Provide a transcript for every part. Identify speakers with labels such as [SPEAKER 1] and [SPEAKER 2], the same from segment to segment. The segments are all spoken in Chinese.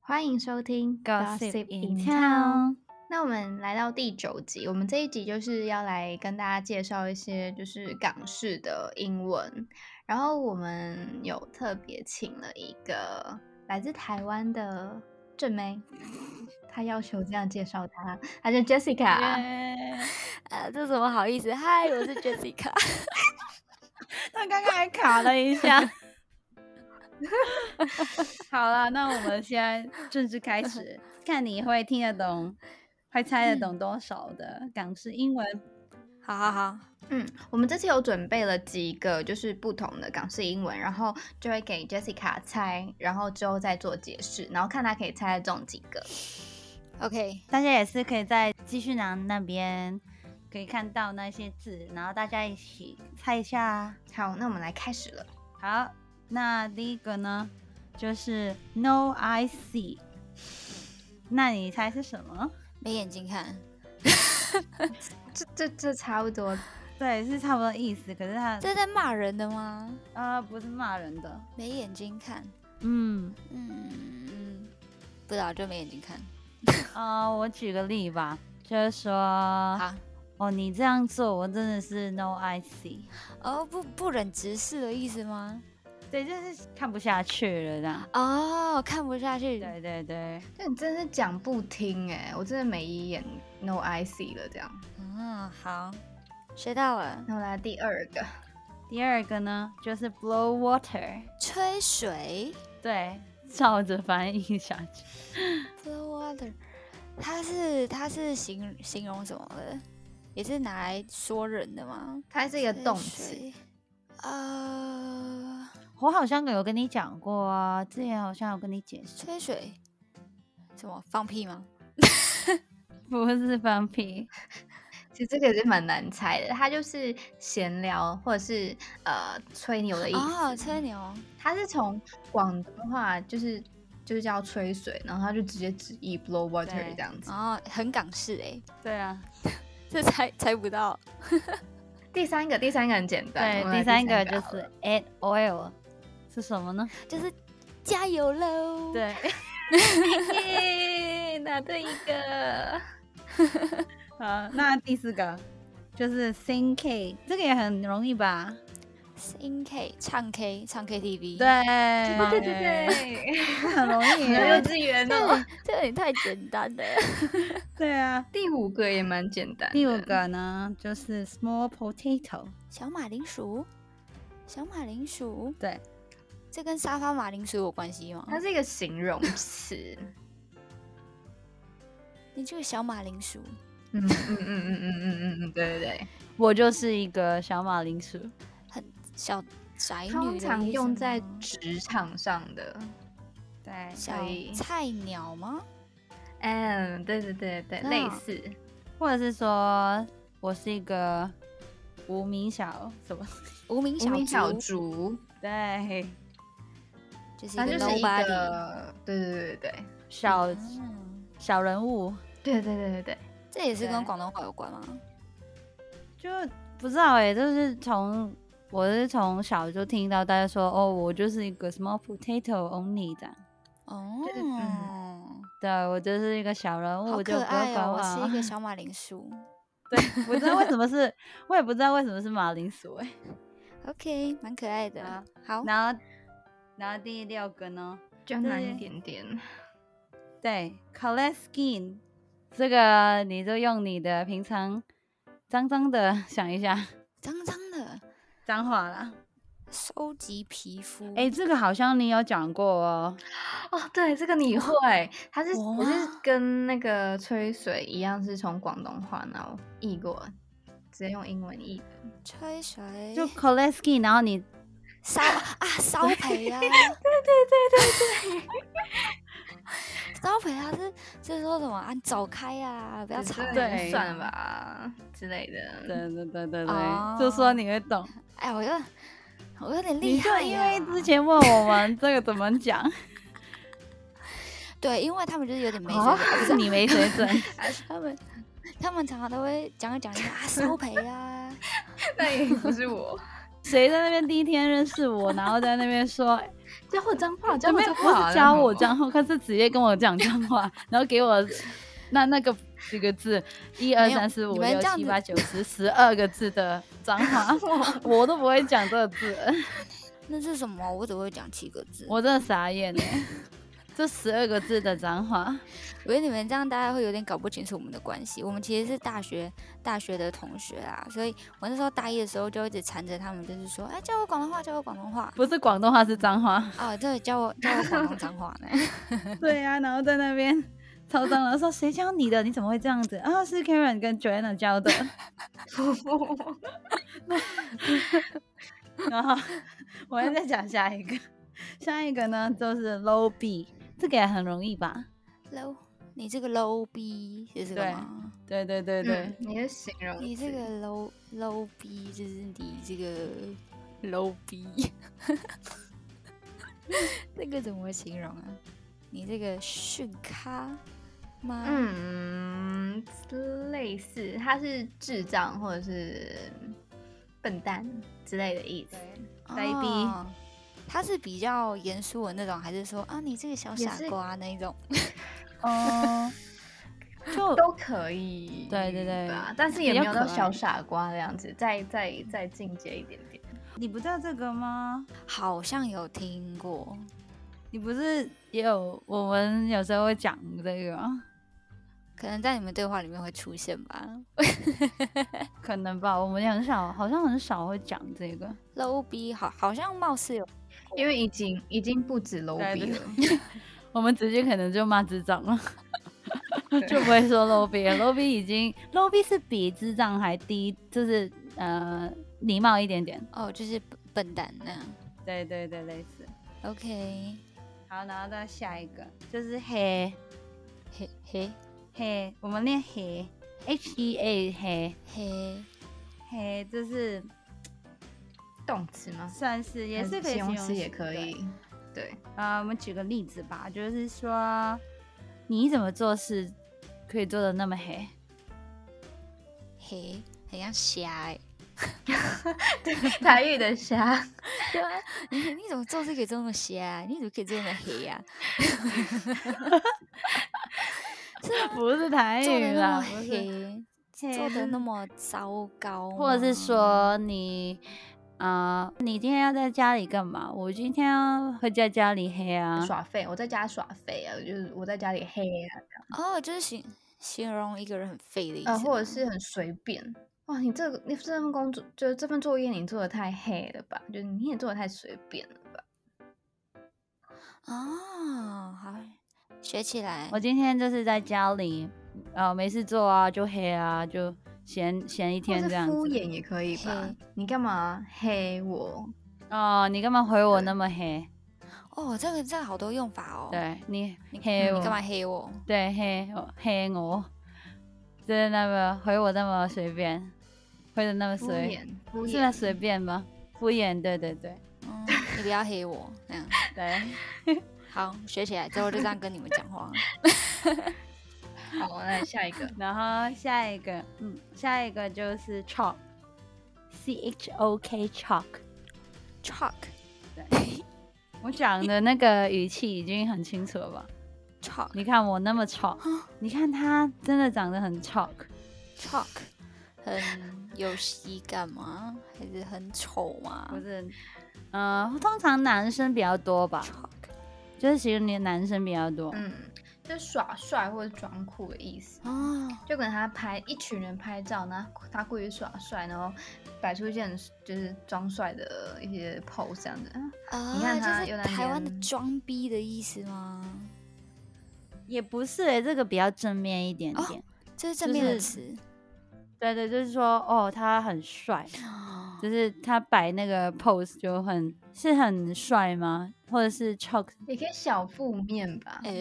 [SPEAKER 1] 欢迎收听
[SPEAKER 2] Gossip in
[SPEAKER 1] in
[SPEAKER 2] Town
[SPEAKER 1] 那我们来到第九集，我们这一集就是要来跟大家介绍一些就是港式的英文，然后我们有特别请了一个来自台湾的正妹，她要求这样介绍她，她叫 Jessica。
[SPEAKER 2] 呃，这怎么好意思？嗨，我是 Jessica。
[SPEAKER 3] 那刚刚还卡了一下。 好了，那我们现在正式开始，看你会听得懂，会猜得懂多少的港式英文。
[SPEAKER 2] 好好好，
[SPEAKER 1] 嗯，我们这次有准备了几个就是不同的港式英文，然后就会给 Jessica 猜，然后之后再做解释，然后看她可以猜得中几个。
[SPEAKER 2] OK，
[SPEAKER 3] 大家也是可以在资讯栏那边可以看到那些字，然后大家一起猜一下啊。
[SPEAKER 1] 好，那我们来开始了。
[SPEAKER 3] 好，那第一个呢，就是 No I see。那你猜是什么？
[SPEAKER 2] 没眼睛看，
[SPEAKER 1] 这这这差不多，
[SPEAKER 3] 对，是差不多意思，可是它
[SPEAKER 2] 这在骂人的吗？
[SPEAKER 3] 呃不是骂人的，
[SPEAKER 2] 没眼睛看，
[SPEAKER 3] 嗯。
[SPEAKER 2] 嗯，不知道就没眼睛看。
[SPEAKER 3] 呃，我举个例吧，就是说，
[SPEAKER 2] 好，
[SPEAKER 3] 哦，你这样做，我真的是 no I see，
[SPEAKER 2] 哦，不不忍直视的意思吗？
[SPEAKER 3] 对，就是看不下去了这样。
[SPEAKER 2] 哦，看不下去。
[SPEAKER 3] 对对对，
[SPEAKER 1] 那你真是讲不听哎、我真的没眼 no I C 了这样。
[SPEAKER 2] 嗯，好，学到了。
[SPEAKER 1] 那我来第二个，
[SPEAKER 3] 第二个呢，就是 blow water，
[SPEAKER 2] 吹水
[SPEAKER 3] 对，照着翻译下去。
[SPEAKER 2] ，blow water，它是它是形形容什么的？也是拿来说人的吗？
[SPEAKER 1] 它是一个动词，
[SPEAKER 2] 水。呃，
[SPEAKER 3] 我好像有跟你讲过啊，之前好像有跟你解 释，
[SPEAKER 2] 吹水，什么放屁吗？
[SPEAKER 3] 不是放屁，
[SPEAKER 1] 其实这个也是蛮难猜的。它就是闲聊或者是呃吹牛的意思。
[SPEAKER 2] 哦，吹牛，
[SPEAKER 1] 它是从广东话就是就是叫吹水，然后它就直接直译 blow water
[SPEAKER 3] 对
[SPEAKER 1] 这样子。
[SPEAKER 2] 哦，很港式哎、
[SPEAKER 3] 对啊，
[SPEAKER 2] 这猜猜不到。
[SPEAKER 1] 第三个，第三个很简单。
[SPEAKER 3] 对
[SPEAKER 1] 我，们来
[SPEAKER 3] 第三个就
[SPEAKER 1] 好了
[SPEAKER 3] 是 add oil，是什么呢？
[SPEAKER 2] 就是加油喽！，
[SPEAKER 3] 对，
[SPEAKER 1] 耶，答对一 个。
[SPEAKER 3] 好，那第四个就是 sing K，这个也很容易吧？
[SPEAKER 2] ，sing K 唱 K 唱 KTV，
[SPEAKER 3] 对，，
[SPEAKER 1] 哦对啊对对，
[SPEAKER 3] 很容易
[SPEAKER 1] 好幼稚园哦。
[SPEAKER 2] 这有点太简单了。
[SPEAKER 3] 对 啊。
[SPEAKER 1] 第五个也蛮简单的。
[SPEAKER 3] 第五个呢，就是 small potato，
[SPEAKER 2] 小马铃薯，小马铃薯，
[SPEAKER 3] 对，
[SPEAKER 2] 这跟沙发马铃薯有关系吗？
[SPEAKER 1] 它是一个形容词。
[SPEAKER 2] 你这个小马铃薯，
[SPEAKER 1] 嗯 嗯嗯嗯嗯嗯嗯嗯，对对对。
[SPEAKER 3] 我就是一个小马铃薯。
[SPEAKER 2] 小宅女的
[SPEAKER 1] 通常
[SPEAKER 2] 意思
[SPEAKER 1] 用在
[SPEAKER 2] 吗
[SPEAKER 1] 职场上的。
[SPEAKER 3] 对，
[SPEAKER 2] 小
[SPEAKER 1] 可以
[SPEAKER 2] 菜鸟吗？
[SPEAKER 1] 嗯，对对对对，
[SPEAKER 2] 哦
[SPEAKER 1] 类似。
[SPEAKER 3] 或者是说我是一个无名小什么？
[SPEAKER 2] 无名
[SPEAKER 1] 无名
[SPEAKER 2] 小
[SPEAKER 1] 小
[SPEAKER 2] 卒，
[SPEAKER 1] 卒，
[SPEAKER 3] 对，
[SPEAKER 2] 就是
[SPEAKER 1] 它
[SPEAKER 2] 一
[SPEAKER 1] 就
[SPEAKER 2] 个
[SPEAKER 1] 是一
[SPEAKER 2] nobody。
[SPEAKER 1] 个，对对对对对
[SPEAKER 3] 小
[SPEAKER 2] 嗯
[SPEAKER 3] 小人物，
[SPEAKER 1] 对对对对对，
[SPEAKER 2] 这也是
[SPEAKER 3] 对
[SPEAKER 2] 跟广东话有关吗？
[SPEAKER 3] 就不知道哎、就是从我是从小就听到大家说哦，我就是一个 small potato only 的。
[SPEAKER 2] 哦，
[SPEAKER 1] 对嗯
[SPEAKER 3] 对，我就是一个小人物，
[SPEAKER 2] 好
[SPEAKER 3] 就
[SPEAKER 2] 可
[SPEAKER 3] 不要
[SPEAKER 2] 爱
[SPEAKER 3] 管
[SPEAKER 2] 哦！
[SPEAKER 3] 我。
[SPEAKER 2] 我是一个小马铃薯。
[SPEAKER 3] 对， 我不知道为什么是，我也不知道为什么是马铃薯哎、
[SPEAKER 2] OK，蛮可爱的
[SPEAKER 3] 好。
[SPEAKER 2] 好，
[SPEAKER 3] 然后，然后第六个呢？
[SPEAKER 1] 就难
[SPEAKER 3] 对
[SPEAKER 1] 一点点。
[SPEAKER 3] 对，color skin，这个你就用你的平常脏脏的想一下
[SPEAKER 2] 脏脏的
[SPEAKER 3] 脏话啦。
[SPEAKER 2] 收集皮肤。
[SPEAKER 3] 哎、这个好像你有讲过哦。
[SPEAKER 1] 哦，对，这个你会，它是
[SPEAKER 2] 哇
[SPEAKER 1] 我是跟那个吹水一样，是从广东话然后译过，直接用英文译的。
[SPEAKER 2] 吹水
[SPEAKER 3] 就 color skin，然后你
[SPEAKER 2] 烧啊烧培啊！对对对对 对，烧培啊是是说什么啊？走开啊！不要
[SPEAKER 1] 只
[SPEAKER 2] 吵
[SPEAKER 1] 是。
[SPEAKER 3] 对
[SPEAKER 1] 算了吧之类的。
[SPEAKER 3] 对对对对
[SPEAKER 2] 嗯
[SPEAKER 3] 对，
[SPEAKER 2] 哦
[SPEAKER 3] 就说你会懂。
[SPEAKER 2] 哎，我又我有点厉
[SPEAKER 3] 你就
[SPEAKER 2] 害
[SPEAKER 3] 因为
[SPEAKER 2] 呀
[SPEAKER 3] 之前问我们这个怎么 讲，
[SPEAKER 2] 对，因为他们就是有点没水
[SPEAKER 1] 哦
[SPEAKER 2] 准，
[SPEAKER 3] 就是你没水 准。
[SPEAKER 2] 他们他们常常都会讲一讲一下啊烧培啊，
[SPEAKER 1] 那也不是我。
[SPEAKER 3] 谁在那边第一天认识我，然后在那边说
[SPEAKER 1] 教我脏话，教
[SPEAKER 3] 他
[SPEAKER 1] 我
[SPEAKER 3] 没有
[SPEAKER 1] 脏
[SPEAKER 3] 不
[SPEAKER 1] 话，
[SPEAKER 3] 是教我
[SPEAKER 1] 样。
[SPEAKER 3] 脏话，他是直接跟我讲脏话，然后给我那那个几个字，一二
[SPEAKER 2] 没有
[SPEAKER 3] 三四五
[SPEAKER 2] 你们
[SPEAKER 3] 六
[SPEAKER 2] 这样
[SPEAKER 3] 七
[SPEAKER 2] 子
[SPEAKER 3] 八九十十二个字的脏话， 我都不会讲这个字，
[SPEAKER 2] 那是什么？我只会讲七个字。我
[SPEAKER 3] 我真的傻眼了。 这十二个字的脏话，
[SPEAKER 2] 觉得你们这样大家会有点搞不清楚我们的关系。我们其实是大学大学的同学啦，所以我那时候大一的时候就一直缠着他们，就是说，哎，教我广东话，教我广东话。
[SPEAKER 3] 不是广东话是脏话。
[SPEAKER 2] 哦，对，教我教我广东脏话呢。
[SPEAKER 3] 对呀、然后在那边 超脏了，说谁教你的？你怎么会这样子？啊，是 Karen 跟 Joanna 教 的。然后我要再讲下一个，下一个呢就是 low B，这个也很容易吧？
[SPEAKER 2] low，你 这个 low 逼是这个
[SPEAKER 3] 对
[SPEAKER 2] 吗？
[SPEAKER 3] 对对对对，
[SPEAKER 1] 嗯，你是形容
[SPEAKER 2] 你这
[SPEAKER 1] 词
[SPEAKER 2] 个 low low 逼就是你这个 low 逼， 这个怎么形容啊？你这个逊咖吗？，
[SPEAKER 1] 嗯，类似，它是智障或者是笨蛋之类的意思。
[SPEAKER 3] 呆逼
[SPEAKER 2] 哦。他是比较严肃的那种，还是说啊你这个小
[SPEAKER 1] 也
[SPEAKER 2] 傻
[SPEAKER 1] 是
[SPEAKER 2] 瓜那一种？
[SPEAKER 3] 哦、就
[SPEAKER 1] 都可以，
[SPEAKER 3] 对对对
[SPEAKER 1] 吧？但是也
[SPEAKER 3] 比较
[SPEAKER 1] 没有到
[SPEAKER 3] 可爱
[SPEAKER 1] 小傻瓜那样子，再再再进阶一点点。
[SPEAKER 3] 你不知道这个吗？
[SPEAKER 2] 好像有听过，
[SPEAKER 3] 你不是也有我们有时候会讲这个吗？
[SPEAKER 2] 可能在你们对话里面会出现吧。
[SPEAKER 3] 可能吧，我们也很少，好像很少会讲这个。
[SPEAKER 2] low 逼好，好像貌似有
[SPEAKER 1] 因为已经已经不止楼
[SPEAKER 3] 对
[SPEAKER 1] 比
[SPEAKER 3] 对
[SPEAKER 1] 了，
[SPEAKER 3] 我们直接可能就骂智障 了，
[SPEAKER 1] 对
[SPEAKER 3] 就不会说 low 比了。low 比已经 low 比是比智障还低，就是呃礼貌一点点。
[SPEAKER 2] 哦，就是笨笨蛋那样。
[SPEAKER 3] 对对对，类似。
[SPEAKER 2] OK，
[SPEAKER 3] 好，然后到下一个就是黑
[SPEAKER 2] 嘿嘿
[SPEAKER 3] 黑，我们念黑 h e a 黑
[SPEAKER 2] 嘿，
[SPEAKER 3] 黑，就是
[SPEAKER 1] 动词吗？
[SPEAKER 3] 算是也
[SPEAKER 1] 还
[SPEAKER 3] 是可以
[SPEAKER 1] 形容
[SPEAKER 3] 词
[SPEAKER 1] 词也可 以。对，
[SPEAKER 3] 啊，我们举个例子吧，就是说你怎么做事可以做的那么黑？
[SPEAKER 2] 嘿，很像虾哎、
[SPEAKER 1] 台语的虾，
[SPEAKER 2] 对啊，你 你怎么做事可以这么瞎、你怎么可以这么黑啊呀、
[SPEAKER 3] 不是台
[SPEAKER 2] 做的那
[SPEAKER 3] 语
[SPEAKER 2] 么
[SPEAKER 3] 哎啦，不
[SPEAKER 2] 黑，
[SPEAKER 3] 是。嘿
[SPEAKER 2] 做
[SPEAKER 3] 就
[SPEAKER 2] 的
[SPEAKER 3] 是
[SPEAKER 2] 那么糟糕，
[SPEAKER 3] 或者是，说你啊、你今天要在家里干嘛？我今天要会在家里黑啊。
[SPEAKER 1] 耍废，我在家耍废啊，就是我在家里黑啊，
[SPEAKER 2] 哦，就是形形容一个人很废的意思吗、
[SPEAKER 1] 呃，或者是很随便。哇，你这个你这份工作，就是这份作业，你做的太黑了吧？就是你也做的太随便了吧？
[SPEAKER 2] 哦，好，学起来
[SPEAKER 3] 我。今天就是在家里，呃，没事做啊，就黑啊，就闲闲一
[SPEAKER 1] 或
[SPEAKER 3] 天
[SPEAKER 1] 是
[SPEAKER 3] 这样
[SPEAKER 1] 敷
[SPEAKER 3] 子。
[SPEAKER 1] 衍也可以吧
[SPEAKER 2] 黑？
[SPEAKER 1] 你干嘛黑我？
[SPEAKER 3] 哦，你干嘛回我
[SPEAKER 1] 对
[SPEAKER 3] 那么黑？
[SPEAKER 2] 哦，这个这个好多用法哦。，嗯
[SPEAKER 3] 对你
[SPEAKER 2] 你
[SPEAKER 3] 黑我
[SPEAKER 2] 你干嘛？黑我？
[SPEAKER 3] 对，黑我黑我，就是那么回我那么随便，回的那么
[SPEAKER 1] 敷
[SPEAKER 3] 随，
[SPEAKER 1] 衍，敷
[SPEAKER 3] 是啊那
[SPEAKER 1] 衍，
[SPEAKER 3] 随便吗？敷衍，对对 对
[SPEAKER 2] 嗯，你不要黑我，那样。
[SPEAKER 3] 对。
[SPEAKER 2] 好，学起来之后就这样跟你们讲话。
[SPEAKER 3] 啊
[SPEAKER 1] 好，来下一个
[SPEAKER 3] 然后下一个，嗯，下一个就是 chalk，c h o k chalk。
[SPEAKER 2] Chalk
[SPEAKER 3] 我讲的那个语气已经很清楚了吧？
[SPEAKER 2] chalk
[SPEAKER 3] 你看我那么 chalk，你看他真的长得很 chalk，
[SPEAKER 2] chalk，很有喜感吗？还是很丑吗
[SPEAKER 3] 不是？呃，通常男生比较多吧，
[SPEAKER 2] ？Chalk
[SPEAKER 3] 就是其实你男生比较多。
[SPEAKER 1] 嗯，就是耍帅或者装酷的意思。
[SPEAKER 2] 哦，
[SPEAKER 1] 就可能他拍一群人拍照，然后他故意耍帅，然后摆出一些很就是装帅的一些 pose 这样子。啊
[SPEAKER 2] 啊，
[SPEAKER 1] 看
[SPEAKER 2] 就
[SPEAKER 1] 他
[SPEAKER 2] 是
[SPEAKER 1] 又在那
[SPEAKER 2] 台湾的
[SPEAKER 1] 边
[SPEAKER 2] 装逼的意思吗？
[SPEAKER 3] 也不是诶、这个比较正面一点点。
[SPEAKER 2] 这是正面
[SPEAKER 3] 就
[SPEAKER 2] 的
[SPEAKER 3] 是
[SPEAKER 2] 词。
[SPEAKER 3] 对对，就是说哦，他很帅，就是他摆那个 pose 就很是很帅吗？或者是 chalk
[SPEAKER 1] 也可以小负面吧，
[SPEAKER 2] 哎，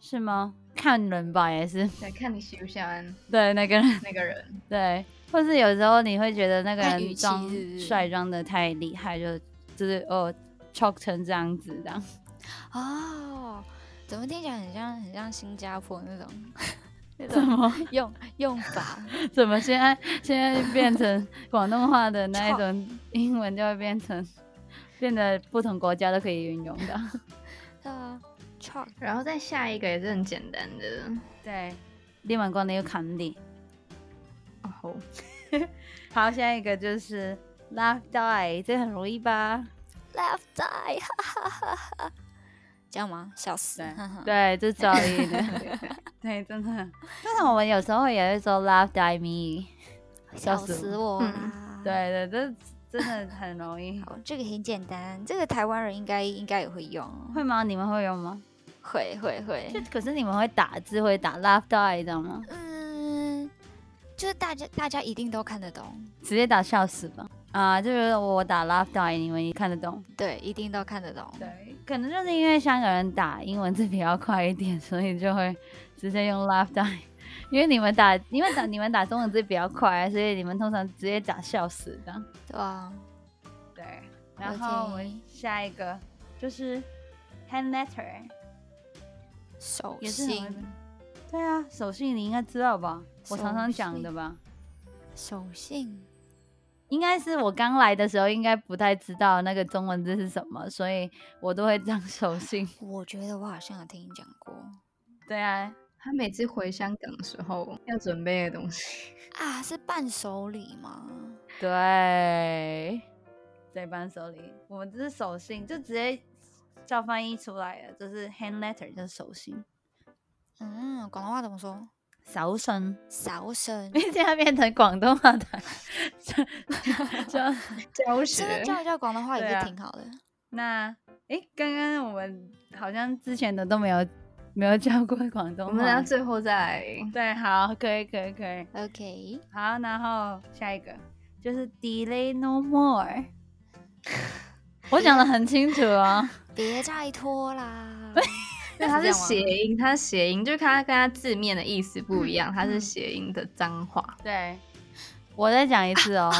[SPEAKER 3] 是吗？ 看人吧，也是
[SPEAKER 1] 来看你喜不喜欢
[SPEAKER 3] 对那个人，
[SPEAKER 1] 那个人。
[SPEAKER 3] 对，或是有时候你会觉得那个
[SPEAKER 2] 看语
[SPEAKER 3] 人
[SPEAKER 2] 气
[SPEAKER 3] 装
[SPEAKER 2] 是不是
[SPEAKER 3] 帅装的太厉害，就就是哦 choke 成这样子这样，
[SPEAKER 2] 哦，怎么听起来很像很像新加坡那 种那
[SPEAKER 3] 怎
[SPEAKER 2] 种
[SPEAKER 3] 么
[SPEAKER 2] 用用法？
[SPEAKER 3] 怎么现在现在变成广东话的那一
[SPEAKER 2] 操
[SPEAKER 3] 种英文就会变成 变得不同国家都可以运用的。
[SPEAKER 2] 对啊，chalk
[SPEAKER 1] 然后再下一个也是很简单的，
[SPEAKER 3] 对，练完光的又砍你。
[SPEAKER 1] 哦吼，
[SPEAKER 3] 好，下一个就是 laugh die，这很容易吧？
[SPEAKER 2] laugh die，哈哈哈哈，这样吗？笑死，
[SPEAKER 3] 对
[SPEAKER 2] 哈哈
[SPEAKER 3] 对，这噪音的， 对，真的。但是我们有时候也会说 laugh die me，
[SPEAKER 2] 笑
[SPEAKER 3] 笑
[SPEAKER 2] 死
[SPEAKER 3] 死
[SPEAKER 2] 我
[SPEAKER 1] 嗯
[SPEAKER 2] 啦！，
[SPEAKER 3] 对对，这真的很容易。
[SPEAKER 2] 好，这个很简单，这个台湾人应该应该也会用，
[SPEAKER 3] 会吗？你们会用吗？
[SPEAKER 2] 会会
[SPEAKER 3] 就
[SPEAKER 2] 会，
[SPEAKER 3] 可是你们会打字，会打 laugh die，知道吗？
[SPEAKER 2] 嗯，就是大家大家一定都看得懂，
[SPEAKER 3] 直接打笑死吧。啊，就是我打 laugh die，你们也看得懂。
[SPEAKER 2] 对，一定都看得懂，
[SPEAKER 3] 对，可能就是因为香港人打英文字比较快一点，所以就会直接用 laugh die。因为 你们打，你们打，你们打中文字比较快，所以你们通常直接打笑死这样。
[SPEAKER 2] 对啊，
[SPEAKER 3] 对，然后
[SPEAKER 2] OK
[SPEAKER 3] 我们下一个就是 hand letter，
[SPEAKER 2] 手
[SPEAKER 3] 也是很会
[SPEAKER 2] 信
[SPEAKER 3] 的对啊，手信你应该知道吧？我常常讲的吧，
[SPEAKER 2] 手信，
[SPEAKER 3] 应该是我刚来的时候应该不太知道那个中文字是什么，所以我都会当手信。
[SPEAKER 2] 我觉得我好像有听你讲过
[SPEAKER 3] 对啊，
[SPEAKER 1] 他每次回香港的时候要准备的东西，
[SPEAKER 2] 啊，是伴手礼吗？
[SPEAKER 3] 对，在伴手礼，我们这是手信，就直接叫翻译出来了，就是 hand letter，就是手信。
[SPEAKER 2] 嗯，广东话怎么说？
[SPEAKER 3] 手信，。
[SPEAKER 2] 手信
[SPEAKER 3] 毕竟它变成广东 话台，就就
[SPEAKER 1] 教
[SPEAKER 2] 现
[SPEAKER 1] 学
[SPEAKER 2] 在教一教广东话
[SPEAKER 3] 对
[SPEAKER 2] 也
[SPEAKER 3] 啊
[SPEAKER 2] 是挺好的，
[SPEAKER 3] 那诶，刚刚我们好像之前的都没有没有教过广东话，
[SPEAKER 1] 我们要最后再来
[SPEAKER 3] 对，好，可以，可以，可以，
[SPEAKER 2] OK，
[SPEAKER 3] 好，然后下一个就是 delay no more，我讲的很清楚哦，
[SPEAKER 2] 别再拖 啦。
[SPEAKER 1] 因为它
[SPEAKER 2] 这
[SPEAKER 1] 是
[SPEAKER 2] 样吗
[SPEAKER 1] 谐音，它是谐音，就是它跟它字面的意思不一样，它
[SPEAKER 2] 嗯
[SPEAKER 1] 是谐音的脏话。
[SPEAKER 3] 对，我再讲一 次哦，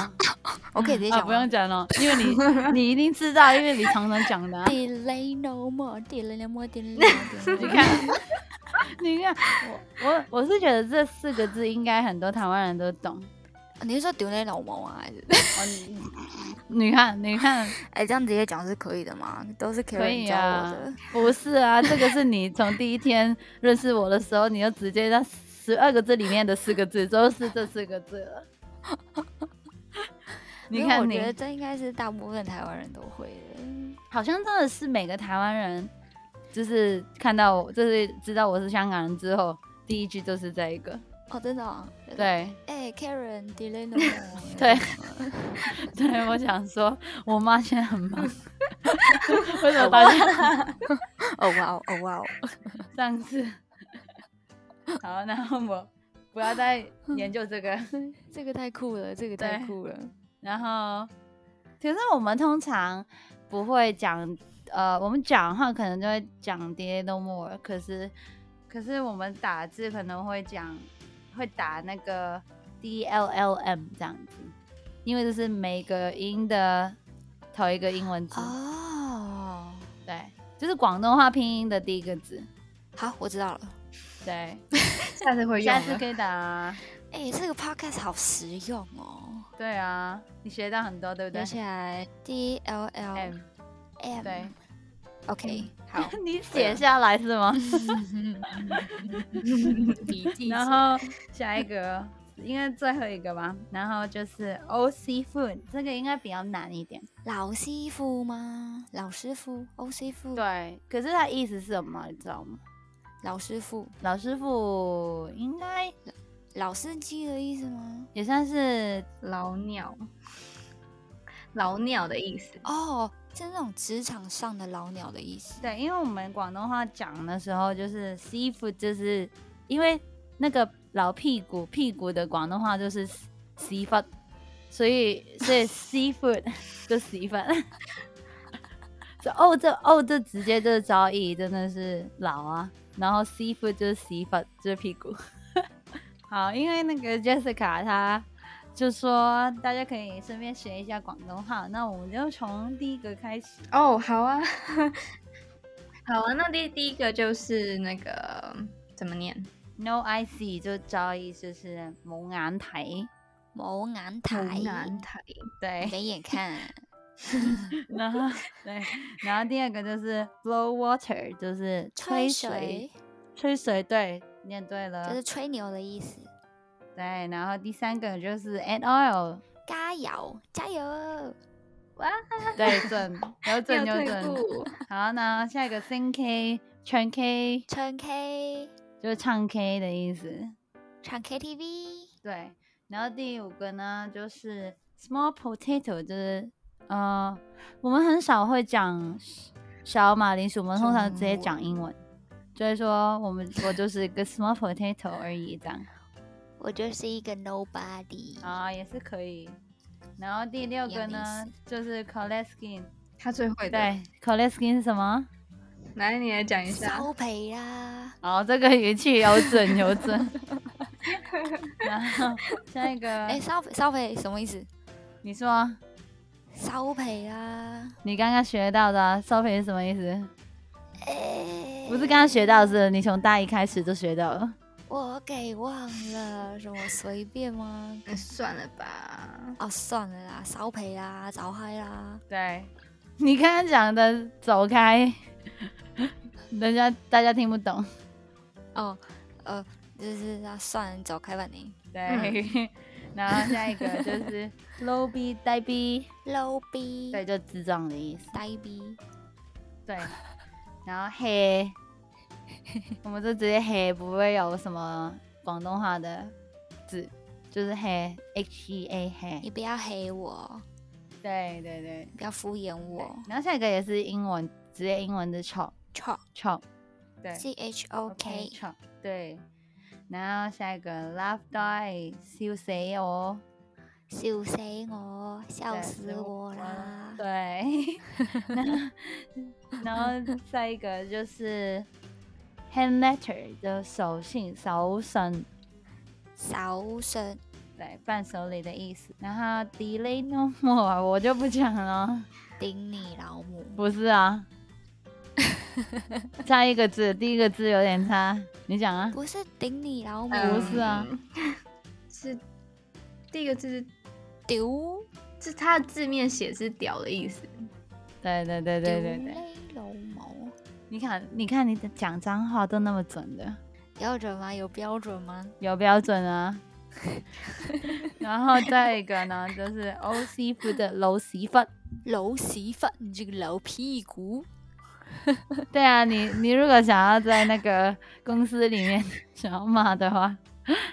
[SPEAKER 2] 我可以直接
[SPEAKER 3] 啊，
[SPEAKER 2] 讲、
[SPEAKER 3] 不用。 讲了，因为你你一定知道，因为你常常讲 的啊、
[SPEAKER 2] Delay no more, delay no more, delay no more.
[SPEAKER 3] 你 看，你看，我我我是觉得这四个字应该很多台湾人都懂。
[SPEAKER 2] 啊你是说 delay no more 啊？还是
[SPEAKER 3] 哦，你你看，你看，
[SPEAKER 2] 哎、这样直接讲是可以的吗？都是
[SPEAKER 3] 可
[SPEAKER 2] Karen
[SPEAKER 3] 以
[SPEAKER 2] 教我
[SPEAKER 3] 啊
[SPEAKER 2] 的。，
[SPEAKER 3] 不是啊，这个是你从第一天认识我的时候，你就直接在十二个字里面的四个字都是这四个字 了。你
[SPEAKER 2] 因为
[SPEAKER 3] 看
[SPEAKER 2] 我
[SPEAKER 3] 你
[SPEAKER 2] 觉，得这应该是大部分台湾人都会 的。
[SPEAKER 3] 好像真的是每个台湾人，就是看到我，就是知道我是香港人之后，第一句就是这一个。
[SPEAKER 2] 哦，真的、哦。真的。
[SPEAKER 3] 对，
[SPEAKER 2] 哎、k a r e n delay no more
[SPEAKER 3] 对 对，我想说，我妈现在很忙，为什么 大家？
[SPEAKER 2] 哦哇哦，哦哇哦，
[SPEAKER 3] 上次。 好，然后我不要再研究这个。
[SPEAKER 2] 这个太酷了，这个太
[SPEAKER 3] 对
[SPEAKER 2] 酷了。
[SPEAKER 3] 然后，可是我们通常不会讲，呃，我们讲的话可能就会讲 d no more，可是可是我们打字可能会讲，会打那个 D L L M 这样子，因为这是每个音的头一个英文字，
[SPEAKER 2] 哦，
[SPEAKER 3] 对，就是广东话拼音的第一个字，
[SPEAKER 2] 好，我知道了。
[SPEAKER 3] 对，
[SPEAKER 1] 下次会用
[SPEAKER 3] 下次
[SPEAKER 1] 了
[SPEAKER 3] 可，以打、啊。
[SPEAKER 2] 哎、这个 podcast 好实用哦，
[SPEAKER 3] 对啊，你学到很多，对不对
[SPEAKER 2] 留起来 D L L
[SPEAKER 3] ？M
[SPEAKER 2] M，
[SPEAKER 3] 对，啊
[SPEAKER 2] ，OK，好，
[SPEAKER 3] 你写下来是吗？
[SPEAKER 1] 笔记
[SPEAKER 3] 然后下一个应该最后一个吧，然后就是 O C food，这个应该比较难一点。
[SPEAKER 2] 老师傅吗？老师傅，欧师傅，，
[SPEAKER 3] 对，可是它意思是什么，你知道吗？
[SPEAKER 2] 老师傅，
[SPEAKER 3] 老师傅应该
[SPEAKER 2] 老司机的意思吗？
[SPEAKER 3] 也算是
[SPEAKER 1] 老鸟，老鸟的意思。
[SPEAKER 2] 哦，是那种职场上的老鸟的意思。
[SPEAKER 3] 对，因为我们广东话讲的时候，就是 C food，就是因为那个老屁股屁股的广东话就是 C food，所以所以 C food 就 C food。这哦这哦这直接就是招意，真的是老啊。然后 C food 就是 C food，就是屁股。 好，因为那个 Jessica 她就说大家可以顺便学一下广东话，那我们就从第一个开始。
[SPEAKER 1] 哦，好啊， 好啊。那第第一个就是那个怎么念？
[SPEAKER 3] No I see 就招意就是蒙眼睇，
[SPEAKER 2] 某眼
[SPEAKER 1] 湖
[SPEAKER 2] 台，
[SPEAKER 1] 南台。
[SPEAKER 3] 对
[SPEAKER 2] 没眼看，
[SPEAKER 3] 然后对，然后第二个就是 blow water，就是吹水，吹水，对，念对了，
[SPEAKER 2] 就是吹牛的意思。
[SPEAKER 3] 对，然后第三个就是 add oil，
[SPEAKER 2] 加油，加油！
[SPEAKER 1] 哇，
[SPEAKER 3] 对，准，有准有
[SPEAKER 1] 没有退
[SPEAKER 3] 准。
[SPEAKER 1] 步，
[SPEAKER 3] 好，然后下一个 sing K，唱 K
[SPEAKER 2] 唱 K，
[SPEAKER 3] 就是唱 K 的意思。
[SPEAKER 2] 唱 KTV，
[SPEAKER 3] 对，然后第五个呢就是 small potato，就是呃，我们很少会讲小马铃薯，我们通常直接讲英文，就会说我们我就是一个 small potato 而已这样
[SPEAKER 2] 我就是一个 nobody。
[SPEAKER 3] 啊，也是可以。然后第六
[SPEAKER 2] 一
[SPEAKER 3] 个
[SPEAKER 2] 样的意
[SPEAKER 3] 呢
[SPEAKER 2] 思
[SPEAKER 3] 就是 collect skin，
[SPEAKER 1] 他最会的。
[SPEAKER 3] 对，collect skin 是什么？
[SPEAKER 1] 来，你来讲一下。
[SPEAKER 2] 烧培啦，
[SPEAKER 3] 哦，这个语气有准 有准。然后下一个，
[SPEAKER 2] 哎，烧培烧培什么意思？
[SPEAKER 3] 你说
[SPEAKER 2] 烧培啦，
[SPEAKER 3] 你刚刚学到的、啊、烧饼是什么意思？
[SPEAKER 2] 哎，
[SPEAKER 3] 不是刚刚学到的是，你从大一开始就学到了。
[SPEAKER 2] 我给忘了，什么随便吗？
[SPEAKER 1] 嗯算了吧，
[SPEAKER 2] 哦，算了啦，烧培啦，早嗨啦，
[SPEAKER 3] 对，你刚刚讲的走开， 人家大家听不懂。
[SPEAKER 2] 哦，呃，就是啊，算了，走开吧你。
[SPEAKER 3] 对， 然后下一个就是嗯 low b 呆逼，
[SPEAKER 2] low 逼，
[SPEAKER 3] 对，，就智障的意思。
[SPEAKER 2] 呆逼，
[SPEAKER 3] 对，然后黑， 我们就直接黑，不会有什么广东话的字，就是黑 h e a
[SPEAKER 2] 你
[SPEAKER 3] 黑。
[SPEAKER 2] 不要黑我，
[SPEAKER 3] 对对对。
[SPEAKER 2] 不要敷衍我。
[SPEAKER 3] 然后下一个也是英文，直接英文的 chop
[SPEAKER 2] Chok
[SPEAKER 3] chop。对
[SPEAKER 2] C H O K，
[SPEAKER 3] chop 对。然后下一个 love die 笑死我，
[SPEAKER 2] 笑死我，笑
[SPEAKER 3] 哦对啊
[SPEAKER 2] 死我啦！
[SPEAKER 3] 对。然后下一个就是 hand letter 的手信手信。
[SPEAKER 2] 少生
[SPEAKER 3] 对，伴手礼的意思。然后 delay no more，我啊就不讲了。
[SPEAKER 2] 顶你老母，
[SPEAKER 3] 不是 啊，差一个字，第一个字有点差，你讲啊。
[SPEAKER 2] 不是顶你老母，
[SPEAKER 1] 嗯
[SPEAKER 3] 不是啊，
[SPEAKER 1] 是第一个字
[SPEAKER 2] 丢
[SPEAKER 1] 是，是它的字面写是“屌”的意思。
[SPEAKER 3] 对对对
[SPEAKER 2] 丢
[SPEAKER 3] 对对
[SPEAKER 2] 嘞
[SPEAKER 3] 对，
[SPEAKER 2] 老母，
[SPEAKER 3] 你看，你看，你讲脏话都那么准的，
[SPEAKER 2] 标准吗？有标准吗？
[SPEAKER 3] 有标准啊。 然后再一个呢，就是 O 媳妇的楼媳妇。
[SPEAKER 2] 老媳妇，你这个老屁股，
[SPEAKER 3] 对啊，你你如果想要在那个公司里面 想要骂的话，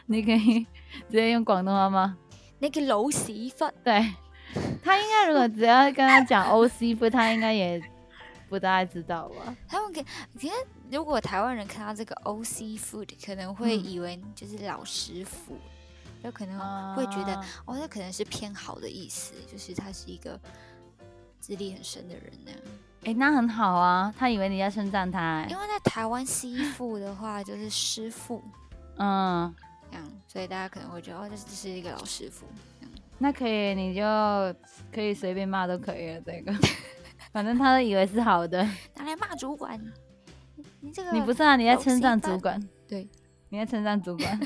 [SPEAKER 3] 你可以直接用广东话骂。
[SPEAKER 2] 那个老媳妇，
[SPEAKER 3] 对他应该如果只要跟他讲 O C 不，他应该也不大知道吧？
[SPEAKER 2] 他们可可是如果台湾人看到这个 O C food，可能会
[SPEAKER 3] 嗯
[SPEAKER 2] 以为就是老师傅，有可能会觉得、
[SPEAKER 3] 啊
[SPEAKER 2] 哦，那可能是偏好的意思，就是他是一个资历很深的人那样。
[SPEAKER 3] 哎、那很好啊，他以为你在称赞他、欸
[SPEAKER 2] 因，为在台湾西傅的话就是师傅
[SPEAKER 3] 嗯，
[SPEAKER 2] 这样，所以大家可能会觉得哦，这这是一个老师傅。
[SPEAKER 3] 那可以，你就可以随便骂都可以了。这个， 反正他都以为是好的。
[SPEAKER 2] 拿来骂主管，你你这个
[SPEAKER 3] 你不是啊？你在称赞主管，
[SPEAKER 2] 对，
[SPEAKER 3] 你在称赞主管。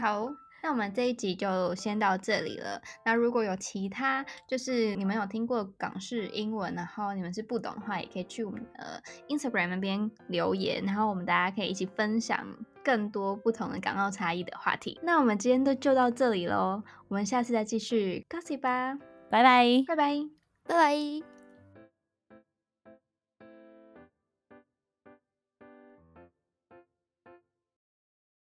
[SPEAKER 1] 好，那我们这一集就先到这里了。那如果有其他就是你们有听过港式英文，然后你们是不懂的话，也可以去我们的呃 Instagram 那边留言，然后我们大家可以一起分享更多不同的港澳差异的话题。那我们今天都就到这里喽，我们下次再继续 gossip 吧，
[SPEAKER 3] 拜拜。
[SPEAKER 1] 拜拜。
[SPEAKER 2] 拜拜。